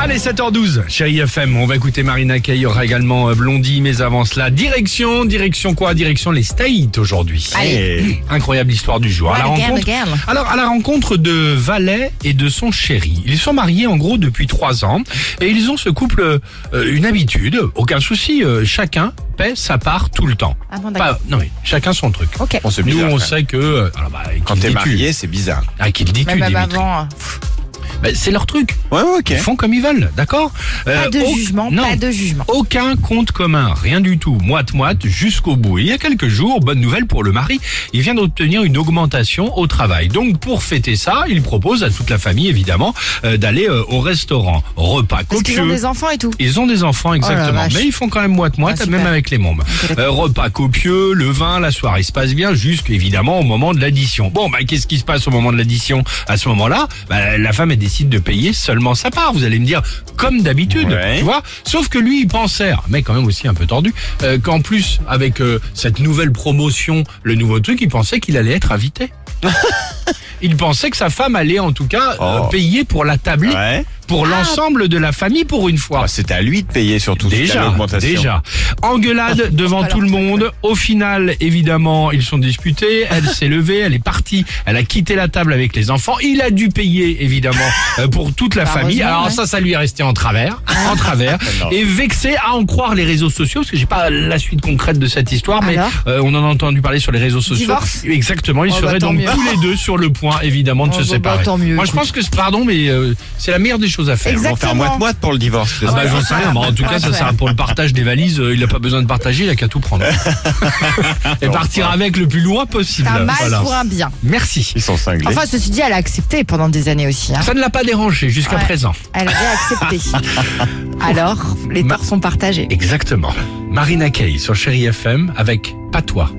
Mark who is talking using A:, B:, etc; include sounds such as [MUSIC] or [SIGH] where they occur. A: Allez, 7h12, chérie FM, on va écouter Marina Kaye, il y aura également euh, Blondie, mais avant cela, direction, direction quoi Direction les States aujourd'hui.
B: Allez.
A: Eh, Incroyable histoire du jour. à la
B: Ouais, regarde,
A: rencontre,
B: regarde.
A: alors, à la rencontre de Valet et de son chéri. Ils sont mariés en gros depuis trois ans et ils ont ce couple euh, une habitude, aucun souci, euh, chacun paie sa part tout le temps.
B: Ah bon, d'accord.
A: Pas- non mais chacun son truc.
B: Ok.
C: Bon, c'est
A: Nous
C: bizarre,
A: on
C: quand même.
A: sait que euh, alors, bah,
C: Quand
A: qu'il
C: t'es
A: dit
C: marié, bah, c'est bizarre.
A: tu. Ah qu'il dit tu
B: Même
A: Dimitri.
B: avant,
A: Bah, c'est leur truc.
C: Ouais, ouais, ok.
A: Ils font comme ils veulent, d'accord
B: pas
A: Euh,
B: de
A: au-
B: jugement,
A: non.
B: pas de jugement.
A: Aucun compte commun, rien du tout, moite-moite jusqu'au bout. Et il y a quelques jours, bonne nouvelle pour le mari, il vient d'obtenir une augmentation au travail. Donc pour fêter ça, il propose à toute la famille évidemment euh, d'aller euh, au restaurant. Repas
B: Parce qu'ils ont
A: copieux.
B: des enfants et tout.
A: Ils ont des enfants, exactement.
B: Oh vache.
A: mais ils font quand même moite-moite,
B: Ah, super.
A: même avec les mômes.
B: Ok, d'accord.
A: Euh, repas copieux, le vin, la soirée se passe bien, jusqu'évidemment au moment de l'addition. Bon, bah, qu'est-ce qui se passe au moment de l'addition À ce moment-là, bah, la femme, elle décide de payer seulement sa part. Vous allez me dire, comme d'habitude,
C: Ouais.
A: tu vois Sauf que lui, il pensait, mais quand même aussi un peu tordu, euh, qu'en plus, avec euh, cette nouvelle promotion, le nouveau truc, il pensait qu'il allait être
C: [LAUGHS]
A: invité. il pensait que sa femme allait, en tout cas, euh,
C: Oh.
A: payer pour la tablée,
C: Ouais.
B: Ah.
A: pour l'ensemble de la famille pour une fois.
C: Ah, c'est à lui de payer surtout. suite à
A: Déjà,
C: l'augmentation.
A: déjà.
B: [LAUGHS]
A: Engueulade devant
B: Pas
A: tout le
B: leur truc,
A: monde. Au final, évidemment, ils sont disputés. Elle s'est levée, elle est partie. Elle a quitté la table avec les enfants. Il a dû payer, évidemment, euh, pour toute la
B: Bah,
A: famille.
B: heureusement,
A: Alors
B: ouais.
A: ça,
B: Ah.
A: ça lui est resté en travers, en travers.
C: [LAUGHS] Non.
A: Et vexé à en croire les réseaux sociaux, parce que j'ai pas la suite concrète de cette histoire, mais
B: Alors
A: euh, on en a entendu parler sur les réseaux sociaux.
B: Divorce
A: Exactement. Ils
B: Oh, bah,
A: seraient
B: tant
A: donc
B: mieux.
A: tous les deux sur le point, évidemment, de
B: Oh,
A: se
B: bah, bah,
A: séparer.
B: tant mieux,
A: Moi, je
B: écoute.
A: pense que c'est- pardon, mais euh, c'est la meilleure des choses à faire.
C: Ils vont faire
B: Exactement.
C: moite-moite pour le divorce.
A: Ah bah,
C: j'espère.
A: j'en sais rien, mais en tout cas, ça sert pour le partage des valises. euh, Il n'a pas besoin de partager, il a qu'à tout
B: [LAUGHS]
A: prendre. Et partir avec le plus loin possible.
B: Un mal
A: Voilà.
B: pour un bien.
A: Merci.
C: Ils sont cinglés.
A: Ah,
B: Enfin, ceci dit, elle a accepté pendant des années aussi. hein.
A: Ça ne l'a pas dérangé jusqu'à
B: Ouais.
A: présent.
B: Elle avait
A: [LAUGHS]
B: accepté. Alors, les torts sont partagés.
A: Exactement. Marina Kaye sur Chéri FM avec Patois.